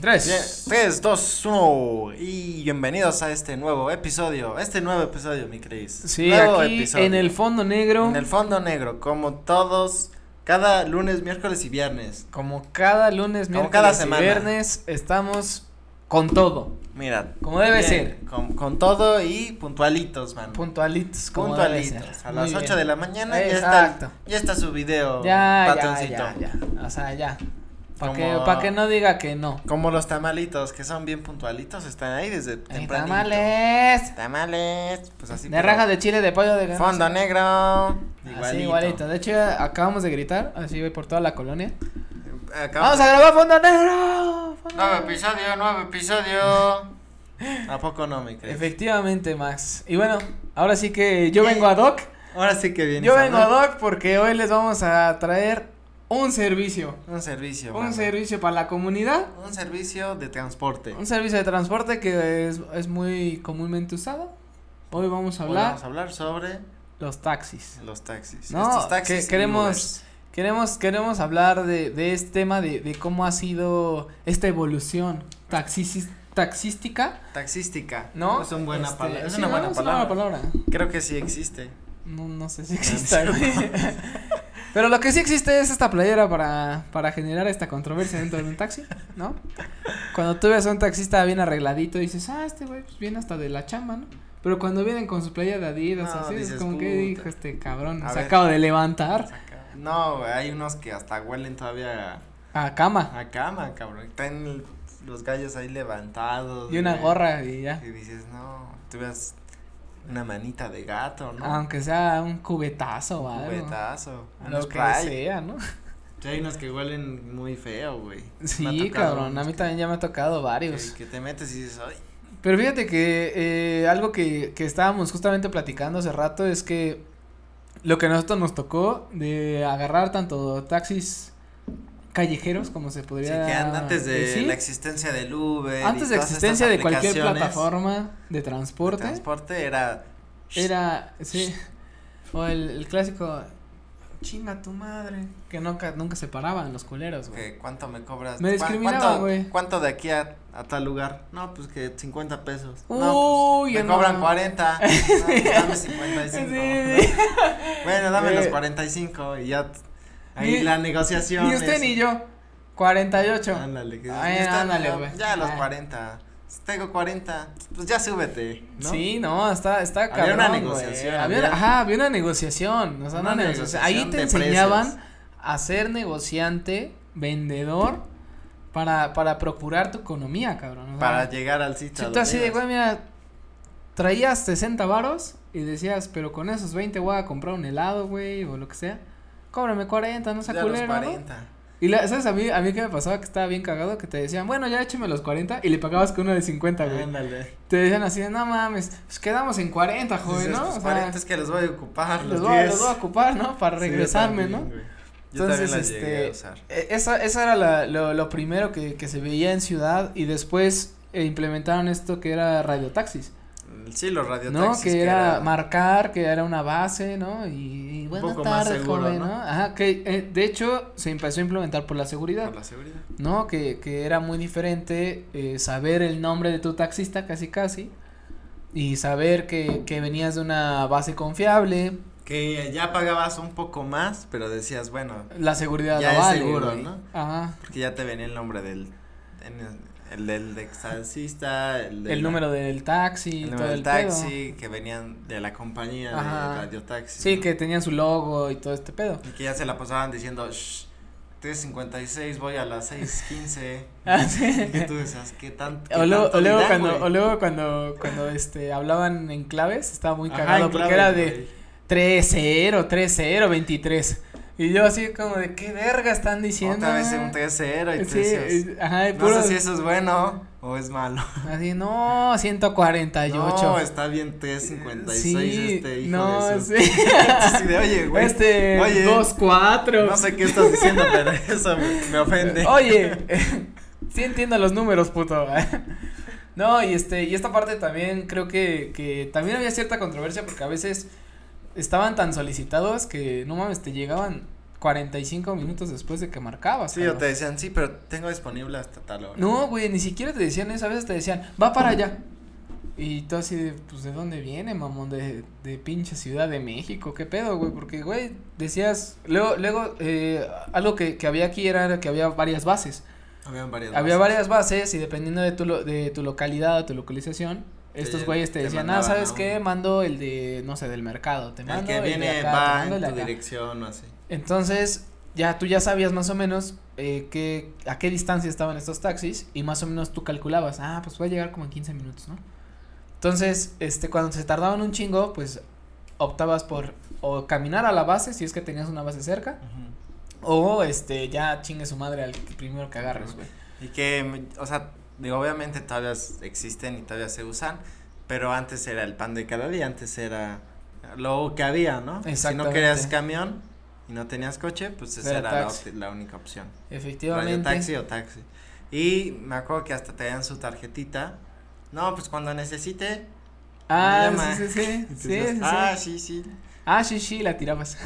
Tres. 3, 2, 1 y bienvenidos a este nuevo episodio, este nuevo episodio, mi Cris. Sí, Nuevo aquí episodio. en el fondo negro, En el fondo negro, como todos, cada lunes, miércoles y viernes. como cada lunes, Como miércoles cada y semana. viernes, estamos con todo, Mira. Como debe bien, ser. Con, con todo y puntualitos, man. puntualitos, como debe ser. puntualitos. A las Muy 8 bien. de la mañana ya Exacto. está, ya está su video, Ya, ya, patroncito. ya, ya, o sea, ya, para Como- que, pa' que no diga que no. Como los tamalitos, que son bien puntualitos, están ahí desde Ay, temprano. Tamales, Tamales. Pues así. de pero- raja de chile, de pollo, de ganso. Fondo negro. Así, igualito. De hecho, ya acabamos de gritar, así por toda la colonia. Acabamos. Vamos a grabar fondo negro. Fondo Nuevo Negro. episodio, nuevo episodio. ¿A poco no me crees? Efectivamente, Max. Y bueno, ahora sí que yo vengo a Doc. Ahora sí que viene. Yo vengo a Doc porque hoy les vamos a traer un servicio. Un servicio. Un mano. servicio para la comunidad. Un servicio de transporte. Un servicio de transporte que es, es muy comúnmente usado. Hoy vamos a Hoy hablar Vamos a hablar sobre los taxis. los taxis. No, Estos taxis. que- queremos- Ubers. Queremos, queremos hablar de, de este tema, de, de cómo ha sido esta evolución taxisis- taxística, Taxística. ¿no? Es, un buena Este, pala- es sí, una no, buena es palabra. palabra. Creo que sí existe. No, no sé si exista, güey. Pero lo que sí existe es esta playera para, para generar esta controversia dentro de un taxi, ¿no? Cuando tú ves a un taxista bien arregladito, dices, ah, este güey pues, viene hasta de la chamba, ¿no? Pero cuando vienen con su playera de Adidas, No, así, dices, es como que "Puta". dijo este cabrón, A se ver. acaba de levantar No, güey, hay unos que hasta huelen todavía a cama a, a cama, cabrón. Están el- los gallos ahí levantados. y una güey. gorra y ya. Y dices, no, tú ves una manita de gato, ¿no? Aunque sea Ah, un Ah, cubetazo o Un algo. cubetazo, un Lo que spray. sea, ¿no? Sí, hay unos que huelen muy feo, güey. Me ha Sí, tocado cabrón, a unos mí también ya me ha tocado que- varios. Que, te metes y dices, ay, Pero fíjate que eh, algo que, que estábamos justamente platicando hace rato es que lo que a nosotros nos tocó de agarrar tanto taxis callejeros como se sí, podría que antes de decir, la existencia del Uber. y antes de todas estas existencia de cualquier aplicaciones plataforma de de transporte, transporte era. era sí o el, el clásico chinga tu madre que nunca nunca se paraban los culeros güey. que ¿Cuánto me cobras? Me ¿Cuá- discriminaban, cuánto- güey. ¿Cuánto de aquí a, a tal lugar? No, pues que 50 pesos. no, Uy, pues, me no. cobran 40. No, pues, dame 55. Sí, sí. Bueno, dame los Eh, 45 y ya. t- Ahí ni- la negociación. ni usted es- ni yo 48 Ándale, que Ay, ya está- ándale, ya- güey. Ah. Ya a los Ay. 40. Si tengo 40, pues ya súbete, ¿no? Sí, no, está, está Había cabrón, una güey. negociación, Había, había- ajá, había una negociación, o sea, Una una, negociación. negociación Ahí te de enseñaban precios. a ser negociante, vendedor, para, para procurar tu economía, cabrón. o sea, Para llegar al sitio. si a tú donde así de, ibas. güey, mira, traías 60 varos y decías, pero con esos 20 voy a comprar un helado, güey, o lo que sea. Cóbrame 40, no Ya sea a los culero, ¿no? 40. Y la, ¿sabes? A mí, a mí que me pasaba que estaba bien cagado, que te decían, bueno, ya écheme los 40 y le pagabas con uno de 50, güey. Ándale. Te decían así de, no mames, pues quedamos en 40, joven, Dices, ¿no? pues, O sea, 40 es que los voy a ocupar. los Los, voy, a- 10. los voy a ocupar, ¿no? Para Sí, yo regresarme, también, ¿no? güey. Yo Entonces, también las llegué este, a usar. e- esa, esa era la- lo, lo primero que, que se veía en ciudad y después eh, implementaron esto que era radiotaxis, Sí, los ¿no? radiotaxis. Que, era, marcar, que era una base, ¿no? Y, y buenas poco más tardes, seguro, joven, ¿no? ¿no? Ajá, que eh, de hecho se empezó a implementar por la seguridad. Por la seguridad. ¿no? Que, que era muy diferente eh, saber el nombre de tu taxista casi casi y saber que, que venías de una base confiable, Que ya pagabas un poco más, pero decías, bueno, la seguridad Ya la es vale, seguro, güey. ¿no? Ajá. porque ya te venía el nombre del. en el, el del taxista, el, de El la- número del taxi, todo el número del el taxi. taxi, que venían de la compañía Ajá. de radiotaxis. Sí, ¿no? que tenían su logo y todo este pedo. Y que ya se la pasaban diciendo, shh, 3.56, voy a las 6.15. Ah, sí. Y que tú decías, ¿qué tan- qué tanto? O luego, o luego dirán, cuando, güey?" o luego cuando, cuando este, hablaban en claves, estaba muy Ajá, cagado en porque clave, era de güey. 3-0, 3-0, 23. Y yo así como de, ¿qué verga están diciendo? Ah, Otra vez en un 3-0 y tú Sí, decías, eh, ajá, y no puro- sé si eso es bueno o es malo. Así, no, 148. No, este, está bien 3.56 Sí, este hijo no, de su... sí. Entonces, sí, de, oye, güey, este, oye, 24. no sé qué estás diciendo, pero eso me, me ofende. Oye, sí entiendo los números, puto. No, y este, y esta parte también creo que, que también había cierta controversia porque a veces estaban tan solicitados que, no mames, te llegaban 45 minutos después de que marcabas. Sí, o cabrón. te decían, sí, pero tengo disponible hasta tal hora. No, güey, ni siquiera te decían eso, a veces te decían, va para allá. Y tú así de, pues, ¿de dónde viene, mamón? De, de pinche Ciudad de México, ¿qué pedo, güey? Porque, güey, decías, luego, luego, eh, algo que, que había aquí era que había varias bases. Habían varias. Había bases. varias bases y dependiendo de tu, lo- de tu localidad o tu localización, Te- estos güeyes te te decían, ah, mandaban ¿sabes a qué? un- Mando el de, no sé, del mercado, te mando El que Ah, de viene acá, te va mando el de en tu acá". dirección o así. Entonces, ya tú ya sabías más o menos eh, qué, a qué distancia estaban estos taxis y más o menos tú calculabas, ah, pues voy a llegar como en 15 minutos, ¿no? Entonces, este, cuando se tardaban un chingo, pues optabas por o caminar a la base, si es que tenías una base cerca, o este, ya chingue su madre al que- primero que agarres, güey. Y que, o sea, digo, obviamente todavía s- existen y todavía se usan, pero antes era el pan de cada día, antes era lo que había, ¿no? Si no Exactamente. querías camión y no tenías coche, pues esa Era era, la taxi. opti- la, única opción. Radio Efectivamente. taxi o taxi. Y me acuerdo que hasta te dan su tarjetita. No, pues cuando necesite. Ah, me llama. sí, sí, sí, Y sí, tú sí, decías, sí. Ah, sí, sí. Ah, sí, sí, la tirabas.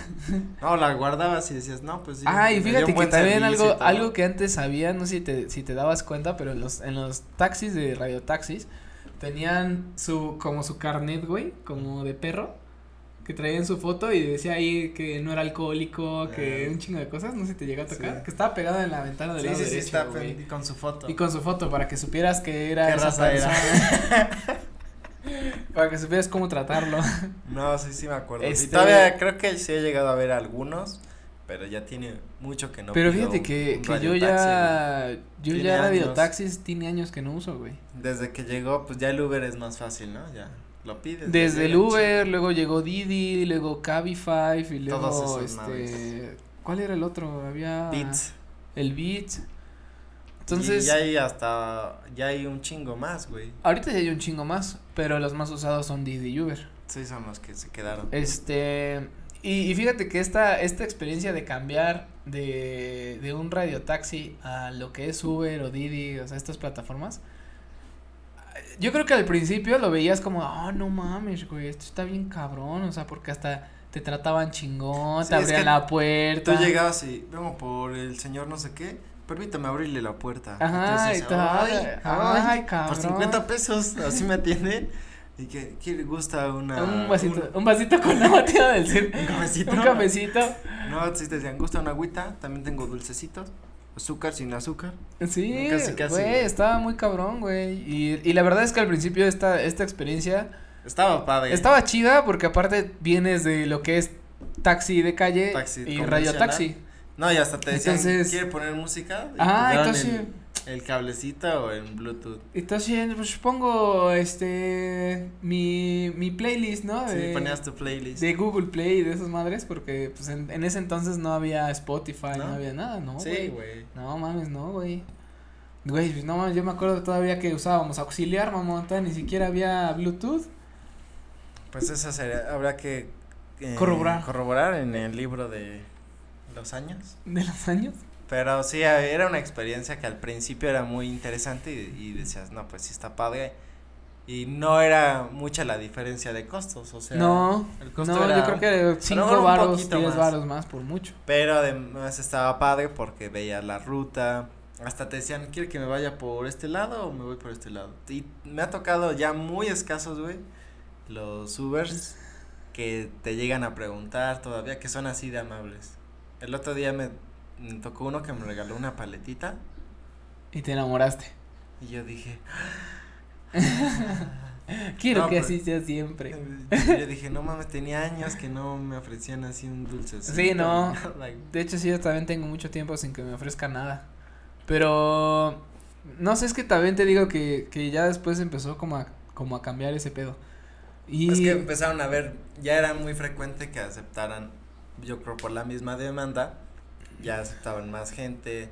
No, la guardabas y decías, no, pues sí. Ah, me y dio fíjate un que buen también servicio y algo, todo". algo que antes había, no sé si te, si te dabas cuenta, pero en los, en los taxis de radiotaxis tenían su, como su carnet, güey, como de perro, que traían su foto y decía ahí que no era alcohólico, que Ah. un chingo de cosas, no sé si te llegó a tocar, Sí. que estaba pegado en la ventana del Sí, lado sí, sí, derecho, está güey. pen- con su foto. Y con su foto, para que supieras que era ¿Qué esa raza era? persona. para que supieras cómo tratarlo. No, sí, sí me acuerdo. Y Este- todavía creo que sí he llegado a ver algunos, pero ya tiene mucho que no. pero pido fíjate que, un que yo radiotaxi, ya, yo Tiene ya años. radiotaxis tiene años que no uso, güey. güey. Desde que llegó, pues ya el Uber es más fácil, ¿no? Ya lo pides. ya Desde el llega Uber, luego llegó Didi, luego Cabify y luego Todos esos este madres. ¿cuál era el otro? Había chido. Beats. el Beat. Y Entonces, ya hay hasta. Ya hay un chingo más, güey. ahorita ya hay un chingo más, pero los más usados son Didi y Uber. Sí, son los que se quedaron. Este, y, y fíjate que esta esta experiencia de cambiar de de un radiotaxi a lo que es Uber o Didi, o sea, estas plataformas yo creo que al principio lo veías como, ah, no mames, güey, esto está bien cabrón, o sea, porque hasta te trataban chingón, Sí, te es abrían que la Tú puerta. llegabas y. Vamos por el señor no sé qué. Permítame abrirle la puerta. Ajá, Y y tú te- decías, ay, ay, Por cabrón. 50 pesos, así me atienden. Y que, ¿qué le gusta una. Un vasito, un, vasito con agua, te iba a decir. Un cafecito. Un cafecito. No, si te decían, gusta una agüita, también tengo dulcecitos, azúcar sin azúcar. Sí, Casi, casi, güey, güey. estaba muy cabrón, güey. Y, y la verdad es que al principio esta, esta experiencia Estaba padre. Estaba chida porque aparte vienes de lo que es taxi de calle Taxi y convencional. radio taxi. No, y hasta te decían, Entonces- ¿quiere poner música? Y Ah, te daban entonces- El, el cablecito o en Bluetooth. Entonces, pues pongo este mi, mi playlist, ¿no? Sí, De, ponías tu playlist. de Google Play y de esas madres porque pues en, en ese entonces no había Spotify, no, ¿No? había nada, ¿no? sí, güey. No mames, no, güey. Güey, pues, no mames, yo me acuerdo todavía que usábamos auxiliar, mamón, todavía ni siquiera había Bluetooth. Pues eso sería, habrá que eh, Corroborar. corroborar en el libro de los años. De los años. Pero sí, a- era una experiencia que al principio era muy interesante y, y decías, no, pues sí está padre. Y no era mucha la diferencia de costos, o sea. no, el costo no, era yo creo que mejor 5 un varos, poquito 10 más. varos más por mucho. Pero además estaba padre porque veías la ruta. Hasta te decían, ¿quiere que me vaya por este lado o me voy por este lado? Y me ha tocado ya muy escasos, güey, los Ubers que te llegan a preguntar todavía, que son así de amables. El otro día me, me tocó uno que me regaló una paletita Y te enamoraste. y yo dije, Quiero No, que pero- eh, así sea siempre. yo dije, no mames, tenía años que no me ofrecían así un dulce. Sí, no. De hecho, sí, yo también tengo mucho tiempo sin que me ofrezca nada. Pero no sé, es que también te digo que, que ya después empezó como a, como a cambiar ese pedo. Y Es que empezaron a ver, ya era muy frecuente que aceptaran, yo creo por la misma demanda, ya aceptaban más gente,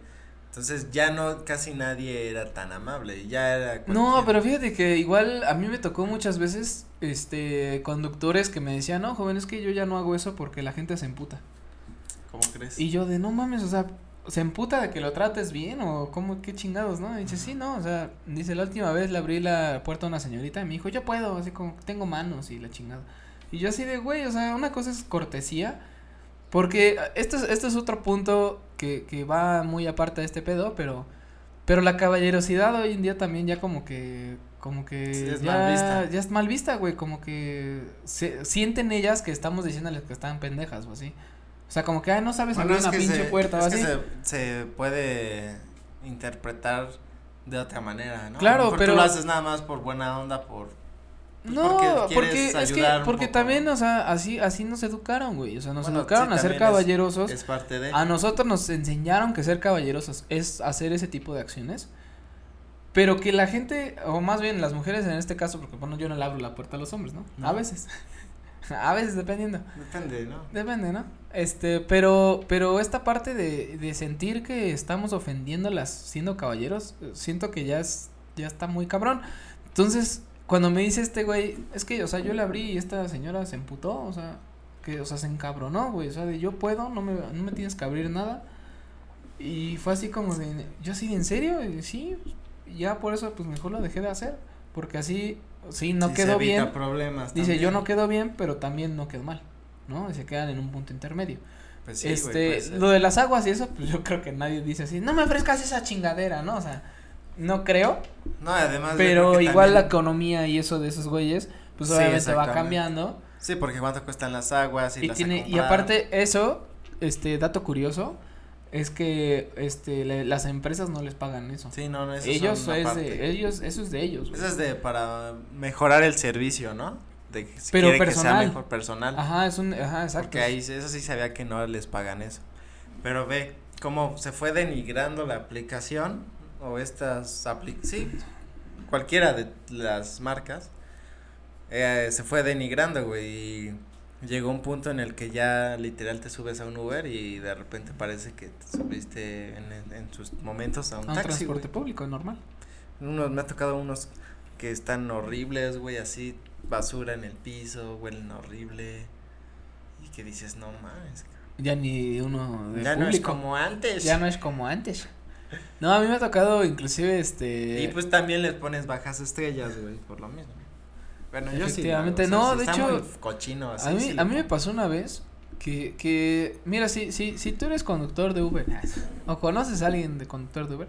entonces ya no, casi nadie era tan amable, ya era. no, cualquier- pero fíjate que igual a mí me tocó muchas veces este conductores que me decían, "No, joven, es que yo ya no hago eso porque la gente se emputa." ¿Cómo crees? Y yo de, "No mames, o sea, se emputa de que lo trates bien o cómo qué chingados, ¿no?" Y dice, "Sí, no, o sea, dice, la última vez le abrí la puerta a una señorita y me dijo, "Yo puedo", así como tengo manos y la chingada. Y yo así de, "Güey, o sea, una cosa es cortesía Porque esto es, esto es otro punto que, que va muy aparte de este pedo, pero, pero la caballerosidad hoy en día también ya como que, como que Sí, es ya, mal vista. ya es mal vista, güey, como que se, sienten ellas que estamos diciéndoles que están pendejas o así. O sea, como que, ay, no sabes Bueno, abrir una pinche puerta o es que así. se, se puede interpretar de otra manera, ¿no? A Claro, lo mejor pero- Tú lo haces nada más por buena onda, por. pues, No, porque porque, quieres es que, ayudar un porque poco. también, o sea, así, así nos educaron, güey, o sea, nos Bueno, sí, educaron a ser también es- este caballerosos. Es parte de. A nosotros nos enseñaron que ser caballerosos es hacer ese tipo de acciones. Pero que la gente, o más bien las mujeres en este caso, porque bueno, yo no le abro la puerta a los hombres, ¿no? No. A veces. a veces, dependiendo. Depende, ¿no? Depende, ¿no? Este, pero, pero esta parte de, de sentir que estamos ofendiéndolas siendo caballeros, eh, siento que ya es, ya está muy cabrón. Entonces, cuando me dice este güey, es que, o sea, yo le abrí y esta señora se emputó, o sea, que, o sea, se encabronó, güey, o sea, de yo puedo, no me, no me tienes que abrir nada. Y fue así como de, yo así, de, ¿en serio? Y sí, ya por eso, pues, mejor lo dejé de hacer, porque así, sí, no Sí, se quedó evita bien. problemas. Dice, también. yo no quedo bien, pero también no quedo mal, ¿no? Y se quedan en un punto intermedio. Pues sí, güey, este, puede ser. lo de las aguas y eso, pues yo creo que nadie dice así, no me ofrezcas esa chingadera, ¿no? O sea, no creo, No, además. yo creo pero que igual la también- economía y eso de esos güeyes, pues Sí, obviamente va exactamente. cambiando. Sí, porque cuánto cuestan las aguas y, y las tiene, y aparte eso, este, dato curioso, es que, este, le- las empresas no les pagan eso. Sí, no, no, eso ellos, son es aparte. de, ellos, eso es de ellos. güey. Eso es de para mejorar el servicio, ¿no? De que se Pero quiere que personal. sea mejor personal. Ajá, es un, ajá, exacto. Porque ahí sí- eso sí sabía que no les pagan eso. Pero ve cómo se fue denigrando la aplicación o estas apli- sí, cualquiera de las marcas eh, se fue denigrando, güey, y llegó un punto en el que ya literal te subes a un Uber y de repente parece que te subiste en, en- en sus momentos a un, A un taxi. güey. transporte público, normal. Unos, me ha tocado unos que están horribles, güey, así, basura en el piso, huelen horrible. Y que dices, no mames. cabrón". Ya ni uno de Ya no es público. como antes. Ya no es como antes. No, a mí me ha tocado inclusive este Y pues también les pones bajas estrellas, güey, por lo mismo. Bueno, yo sí. lo hago, Efectivamente, no, de está hecho, muy cochino, así, a mí sí lo a mí me pongo. pasó una vez que que mira si si si tú eres conductor de Uber o conoces a alguien de conductor de Uber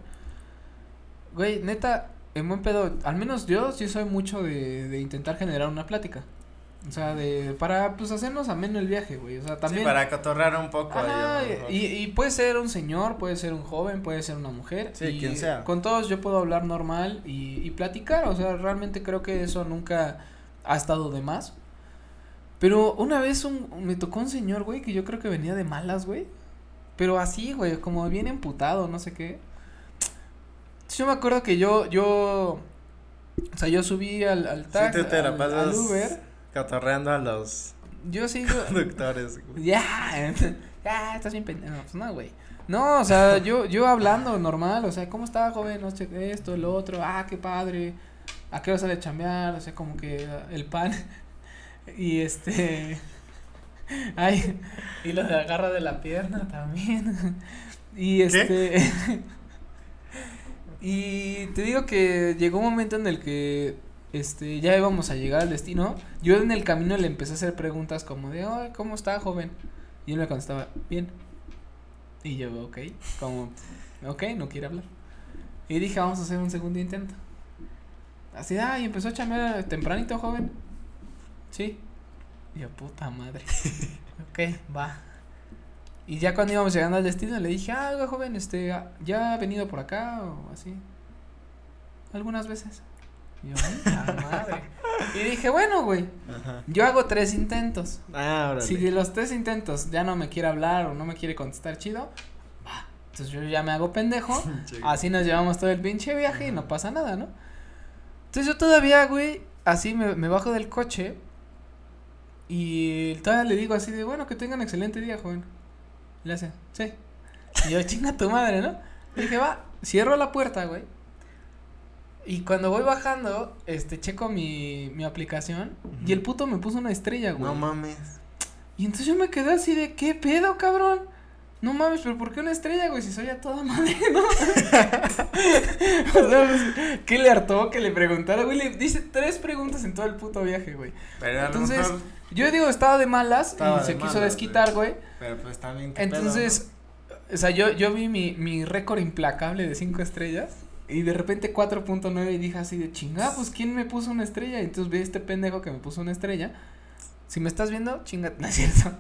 güey, neta en buen pedo, al menos yo sí soy mucho de, de intentar generar una plática. O sea, de para pues hacernos ameno el viaje, güey, o sea, también Sí, para cotorrar un poco. ahí, a Ajá, lo mejor. y, y puede ser un señor, puede ser un joven, puede ser una mujer. Sí, y quien sea. Con todos yo puedo hablar normal y, y platicar, o sea, realmente creo que eso nunca ha estado de más. Pero una vez un, me tocó un señor, güey, que yo creo que venía de malas, güey. Pero así, güey, como bien emputado, no sé qué. Yo me acuerdo que yo, yo, o sea, yo subí al, al Sí, taxi, tú te la al, al pasas Uber. Cotorreando a los Yo sí, yo, conductores, güey. ya, ya, estás bien pendejo. No, pues no, güey. No, o sea, yo, yo hablando normal, o sea, ¿cómo está, joven? No sé, esto, lo otro, ah, qué padre. ¿A qué hora sale a chambear? O sea, como que ah, el pan. Y este. Ay, y lo de agarra de la pierna también. Y este. Y te digo que llegó un momento en el que este ya íbamos a llegar al destino. Yo en el camino le empecé a hacer preguntas como de, "Ay, ¿cómo está, joven?" Y él me contestaba, "Bien." Y yo, ok, como, ok, no quiere hablar. Y dije, vamos a hacer un segundo intento. Así, ah, y empezó a chambear tempranito, joven. Sí. Y yo, puta madre. ok, va. Y ya cuando íbamos llegando al destino le dije, ah, oiga, joven, este, ah, ¿ya ha venido por acá o así? Algunas veces. Y yo, puta madre. Y dije, bueno, güey, Ajá. yo hago tres intentos. Ah, órale. Si de los tres intentos ya no me quiere hablar o no me quiere contestar chido, va. Entonces yo ya me hago pendejo. Sí. Así nos llevamos todo el pinche viaje y Ajá. no pasa nada, ¿no? Entonces yo todavía, güey, así me, me bajo del coche y todavía le digo así de, bueno, que tengan excelente día, joven. Le hace, sí. Y yo, chinga tu madre, ¿no? Le dije, va, cierro la puerta, güey. Y cuando voy bajando, este, checo mi, mi aplicación y Ujú. el puto me puso una estrella, güey. No mames. Y entonces yo me quedé así de, ¿qué pedo, cabrón? No mames, pero ¿por qué una estrella, güey? Si soy a toda madre, ¿no? O sea, pues, ¿qué le hartó que le preguntara? Güey, le dice tres preguntas en todo el puto viaje, güey. Pero a lo Entonces, mejor- yo digo, estaba de malas Estaba y se de quiso malas, desquitar, güey. Pero pues también. qué pedo, Entonces, o sea, yo, yo vi mi, mi récord implacable de cinco estrellas y de repente 4.9 y dije así de chinga, pues ¿quién me puso una estrella? Y entonces vi a este pendejo que me puso una estrella. Si me estás viendo, chinga, no es cierto.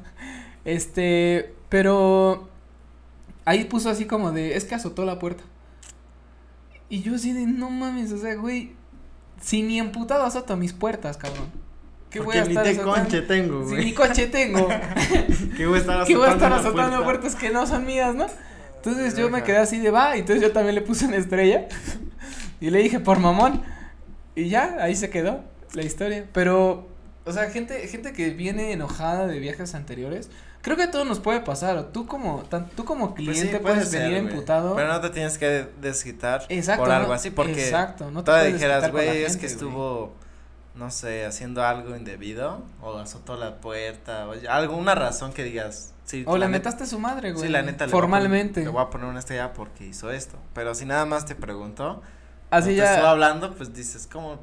Este, pero ahí puso así como de, es que azotó la puerta. Y yo así de, no mames, o sea, güey, si ni emputado azoto mis puertas, cabrón. ¿Qué ¿no? voy a Porque estar ni te azotando? conche tengo, Si güey. ni coche tengo. Que voy a estar azotando. que voy a estar la azotando puerta? puertas que no son mías, ¿no? Entonces yo me Ajá. quedé así de va, entonces yo también le puse una estrella y le dije por mamón y ya, ahí se quedó la historia. Pero, o sea, gente, gente que viene enojada de viajes anteriores, creo que a todos nos puede pasar. o Tú como, tan- tú como Pues sí, cliente puede puedes ser, venir güey. emputado. Pero no te tienes que desquitar exacto. por algo ¿no? así, porque exacto, no te todavía puedes dijeras, desquitar con la güey, es que gente, güey". estuvo, no sé, haciendo algo indebido, o azotó la puerta, o ya- alguna razón que digas. Sí, O la le neta- metaste su madre, güey. Sí, la neta. le voy a poner- Formalmente. Le voy a poner una estrella porque hizo esto, pero si nada más te preguntó, Así o ya. te estuvo hablando, pues dices, ¿cómo?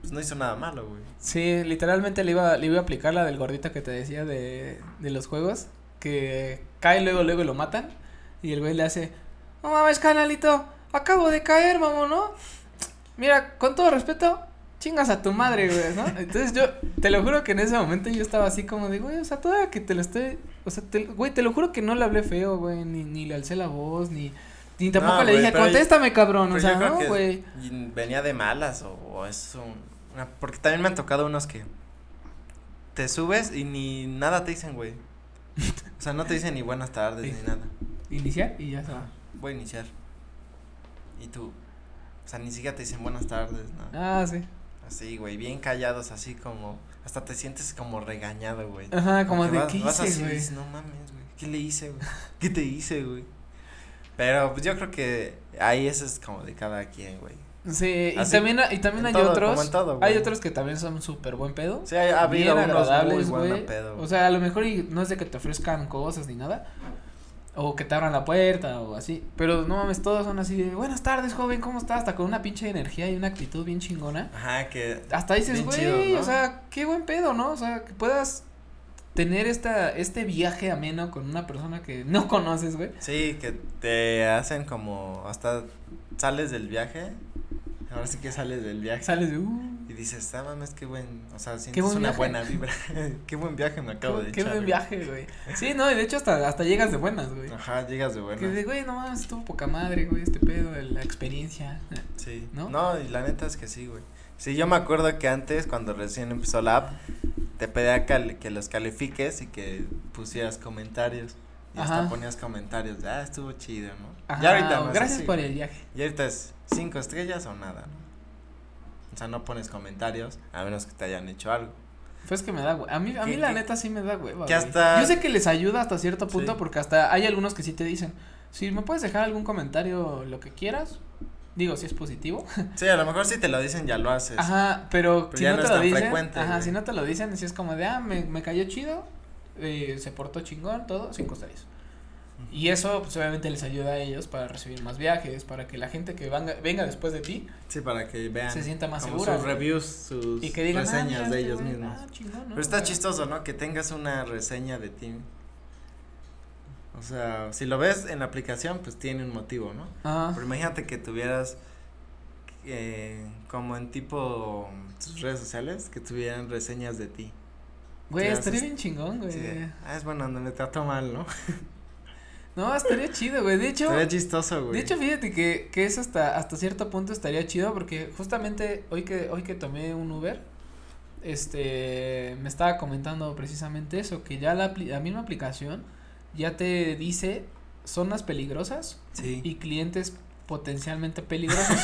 Pues no hizo nada malo, güey. Sí, literalmente le iba, le iba a aplicar la del gordito que te decía de, de los juegos, que cae luego, luego y lo matan, y el güey le hace, no mames, canalito, acabo de caer, mamón, ¿no? Mira, con todo respeto, chingas a tu madre, güey, ¿no? Entonces yo, te lo juro que en ese momento yo estaba así como de, güey, o sea, todavía que te lo estoy, o sea, te- güey, te lo juro que no le hablé feo, güey, ni, ni le alcé la voz, ni, ni tampoco le güey, dije, pero yo- contéstame, cabrón, o Pero sea, Pues yo creo no, que güey. y- venía de malas o, o es un- una- porque también me han tocado unos que te subes y ni nada te dicen, güey. O sea, no te dicen ni buenas tardes ni Sí. nada. Iniciar y ya se va. Voy a iniciar. Y tú, o sea, ni siquiera te dicen buenas tardes, nada. Ah, sí. Así, güey, bien callados, así como hasta te sientes como regañado, güey. Ajá, como que de, vas- ¿qué vas hice, así y güey? dices, No mames, güey. ¿Qué le hice, güey? ¿Qué te hice, güey? Pero pues, yo creo que ahí eso es como de cada quien, güey. Sí, y Así, también, y también en hay todo, como otros, en todo, güey. hay otros que también son súper buen pedo, Sí, ha ha bien habido unos muy agradables, buena güey, pedo. o sea, a lo mejor y no es de que te ofrezcan cosas ni nada, o que te abran la puerta o así, pero no mames, todos son así de, buenas tardes, joven, ¿cómo estás? Hasta con una pinche energía y una actitud bien chingona, Ajá, que. hasta dices, Bien chido, güey, ¿no? o sea, qué buen pedo, ¿no? O sea, que puedas tener esta, este viaje ameno con una persona que no conoces, güey. Sí, que te hacen como. Hasta sales del viaje. Ahora sí que sales del viaje. Sales de, uh, Y dices, ah, mames, qué buen. O sea, sientes Qué buen una viaje. buena vibra. qué buen viaje me acabo qué, de qué echar. buen güey. viaje, güey. Sí, no, y de hecho hasta, hasta llegas de buenas, güey. Ajá, llegas de Que buena. de, güey, no mames, estuvo poca madre, güey, este pedo, de la experiencia. Sí. ¿No? ¿No? y la neta es que sí, güey. Sí, yo me acuerdo que antes, cuando recién empezó la app, te pedía cal- que los califiques y que pusieras comentarios. Y Ajá. hasta ponías comentarios de, ah, estuvo chido, ¿no? Ajá, ya ahorita no es Gracias así, por güey. el viaje. Y ahorita es cinco estrellas o nada, ¿no? O sea, no pones comentarios a menos que te hayan hecho algo. Pues que me da, güey. A mí, a Que- mí la que- neta sí me da hueva. güey. que hasta- Yo sé que les ayuda hasta cierto punto Sí. porque hasta hay algunos que sí te dicen, si me puedes dejar algún comentario, lo que quieras. Digo, si es positivo. Sí, a lo mejor si te lo dicen ya lo haces. Ajá, pero, Pero si ya no no te es lo tan dicen. frecuente, ajá, güey. si no te lo dicen, si es como de, ah, me, me cayó chido, eh, se portó chingón, todo, cinco estrellas. Y eso, pues obviamente les ayuda a ellos para recibir más viajes, para que la gente que venga, venga después de ti Sí, para que vean. se sienta más como segura. sus güey. reviews, sus y que digan "Ah, reseñas mira, de este ellos güey, mismos. ah, chingón, ¿no? Pero está O sea, chistoso, ¿no? Que tengas una reseña de ti. O sea, si lo ves en la aplicación, pues tiene un motivo, ¿no? Ajá. Pero imagínate que tuvieras eh, como en tipo sus redes sociales, que tuvieran reseñas de ti. Güey, te estaría haces- bien chingón, güey. Así de, ah, es bueno, no me trato mal, ¿no? No, estaría chido, güey. De hecho, Estaría chistoso, güey. de hecho, fíjate que, que es hasta, hasta cierto punto estaría chido porque justamente hoy que, hoy que tomé un Uber, este, me estaba comentando precisamente eso, que ya la, apli- la misma aplicación ya te dice zonas peligrosas sí. y clientes potencialmente peligrosos.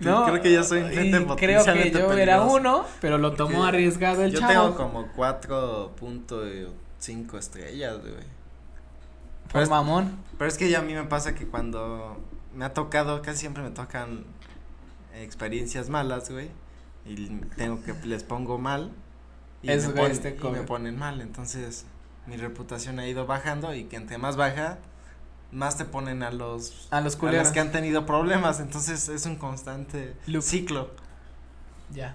creo que yo soy un y cliente Creo que potencialmente yo era peligroso. uno, pero lo tomó Porque arriesgado el Yo chavo. tengo como 4.5 estrellas, güey. Por Pues- mamón. Pero es que ya a mí me pasa que cuando me ha tocado, casi siempre me tocan experiencias malas, güey. Y tengo que, les pongo mal. Y, Es, me, güey, ponen, este y me cover. ponen mal. Entonces, mi reputación ha ido bajando y que entre más baja, más te ponen a los A los a culeros. los que han tenido problemas, entonces es un constante Loop. ciclo. Ya.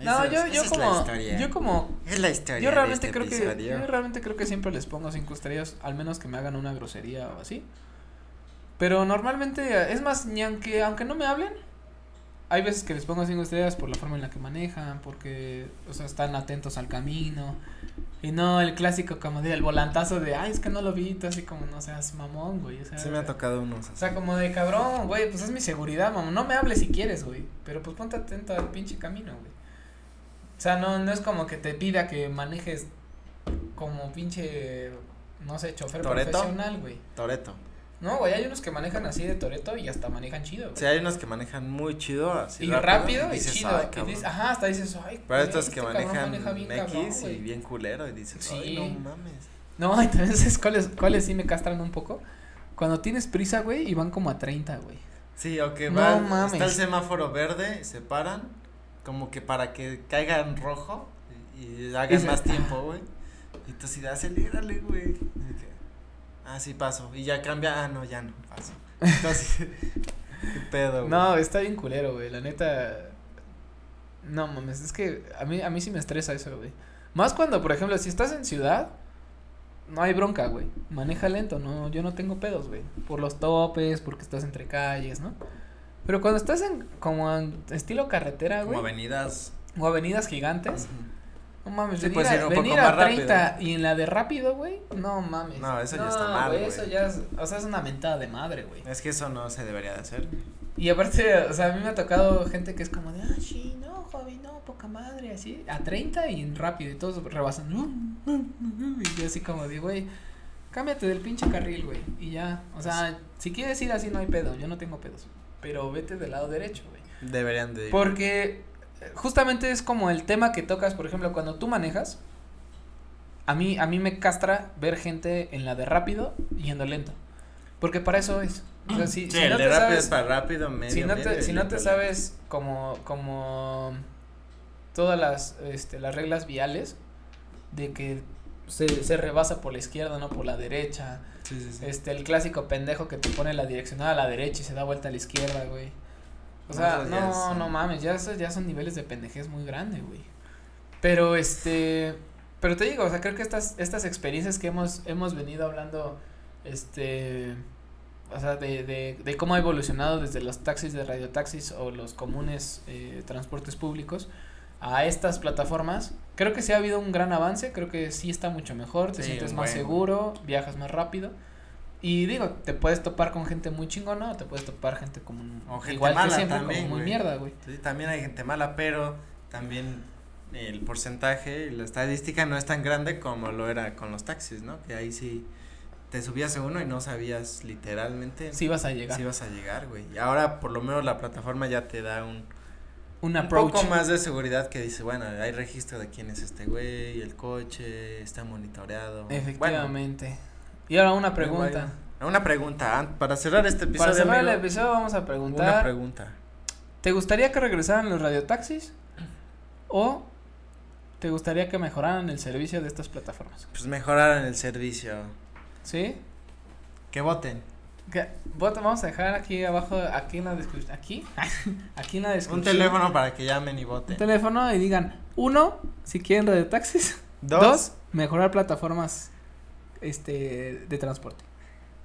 Esa No, es- yo, esa yo es la como, historia. yo como, es la historia. yo de realmente este creo que, episodio. yo realmente creo que siempre les pongo cinco estrellas, al menos que me hagan una grosería o así. Pero normalmente, es más, ni aunque, aunque no me hablen, hay veces que les pongo cinco estrellas por la forma en la que manejan, porque, o sea, están atentos al camino. Y no el clásico como de el volantazo de, ay, es que no lo vi, tú así como, no seas mamón, güey. O sea, Sí me ha tocado unos O así. sea, como de cabrón, güey, pues es mi seguridad, mamá. No me hables si quieres, güey. Pero pues ponte atento al pinche camino, güey. O sea, no, no es como que te pida que manejes como pinche, no sé, chofer ¿Toreto? profesional, güey. Toreto. No, güey, hay unos que manejan así de Toreto y hasta manejan chido, güey. Sí, hay unos que manejan muy chido, así y rápido, y dices, chido. "Ay, y cabrón". dices, ajá, hasta dices, ay, Pero güey, estos que este cabrón manejan maneja bien cabrón, X y güey". bien culero y dices, ay, Sí. no mames. No, y también sabes cuáles, cuáles sí me castran un poco. Cuando tienes prisa, güey, y van como a 30, güey. Sí, o que No van, mames. está el semáforo verde, se paran, como que para que caiga en rojo y, y hagan se- más tiempo, güey. Y tú así, de, acelérale, güey. Y dije, Ah, sí, paso. Y ya cambia, ah, no, ya no, paso. Entonces, qué pedo, güey. No, está bien culero, güey. La neta. No mames, es que a mí, a mí sí me estresa eso, güey. Más cuando, por ejemplo, si estás en ciudad, no hay bronca, güey. Maneja lento, no, yo no tengo pedos, güey. Por los topes, porque estás entre calles, ¿no? Pero cuando estás en como en estilo carretera, güey, Como avenidas. o avenidas gigantes, no mames, Sí, venir, puedes ir a, un poco venir más a rápido. 30 y en la de rápido, güey, no mames. No, eso ya está mal, güey. eso ya es, o sea, es una mentada de madre, güey. Es que eso no se debería de hacer. Y aparte, o sea, a mí me ha tocado gente que es como de, ah, sí, no, joven, no, poca madre, así, a 30 y en rápido, y todos rebasan. Y yo así como de, güey, cámbiate del pinche carril, güey, y ya. O sea, si quieres ir así, no hay pedo, yo no tengo pedos. Pero vete del lado derecho, güey. Deberían de ir. Porque eh, justamente es como el tema que tocas, por ejemplo, cuando tú manejas. A mí, a mí me castra ver gente en la de rápido yendo lento. Porque para eso es. O sea, si, Sí, si el no de te rápido sabes- es para rápido, medio, si no medio te, y si no te lento, lento. sabes como, como todas las, este, las reglas viales de que se, se rebasa por la izquierda, no por la derecha. Sí, sí, sí. Este, el clásico pendejo que te pone la direccional a la derecha y se da vuelta a la izquierda, güey. O No, sea, eso ya no, es- no mames, ya, eso- ya son niveles de pendejez muy grande, güey. Pero este, pero te digo, o sea, creo que estas, estas experiencias que hemos, hemos venido hablando, este, o sea, de, de, de cómo ha evolucionado desde los taxis de radiotaxis o los comunes eh, transportes públicos a estas plataformas, creo que sí ha habido un gran avance, creo que sí está mucho mejor, te Sí, sientes un más buen. seguro, viajas más rápido. Y digo, te puedes topar con gente muy chingona o te puedes topar gente como O gente igual mala que siempre, también, como muy güey. mierda, güey. Sí, también hay gente mala, pero también el porcentaje, la estadística no es tan grande como lo era con los taxis, ¿no? Que ahí sí te subías a uno y no sabías literalmente Sí vas a llegar. si ibas a llegar, güey. Y ahora por lo menos la plataforma ya te da un, un un approach. poco más de seguridad que dice, bueno, hay registro de quién es este güey, el coche, está monitoreado. Bueno, Efectivamente. y ahora una pregunta. vaya. Una pregunta, an- para cerrar este episodio. Para cerrar el amigo, episodio vamos a Una preguntar, pregunta. ¿te gustaría que regresaran los radiotaxis o te gustaría que mejoraran el servicio de estas plataformas? Pues mejoraron el servicio. ¿Sí? Que voten. Que- vota- Vamos a dejar aquí abajo, aquí en la descripción, aquí, aquí en la descripción. Un teléfono para que llamen y Un voten. teléfono y digan, uno, si quieren radiotaxis. Dos, mejorar plataformas este de transporte.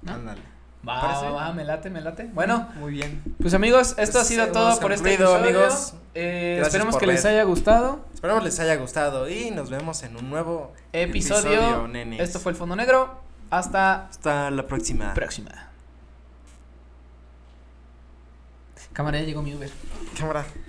¿no? Ándale. Va, Parece. va, va, me late, me late. Bueno, Muy bien. pues amigos, esto ha Pues, sido hemos todo por este concluido, episodio. amigos. Eh, Gracias esperemos por que les ver. haya gustado. Esperamos les haya gustado y nos vemos en un nuevo Episodio. nenes. Esto fue el Fondo Negro. Hasta Hasta la próxima. próxima. Cámara, ya llegó mi Uber. Cámara.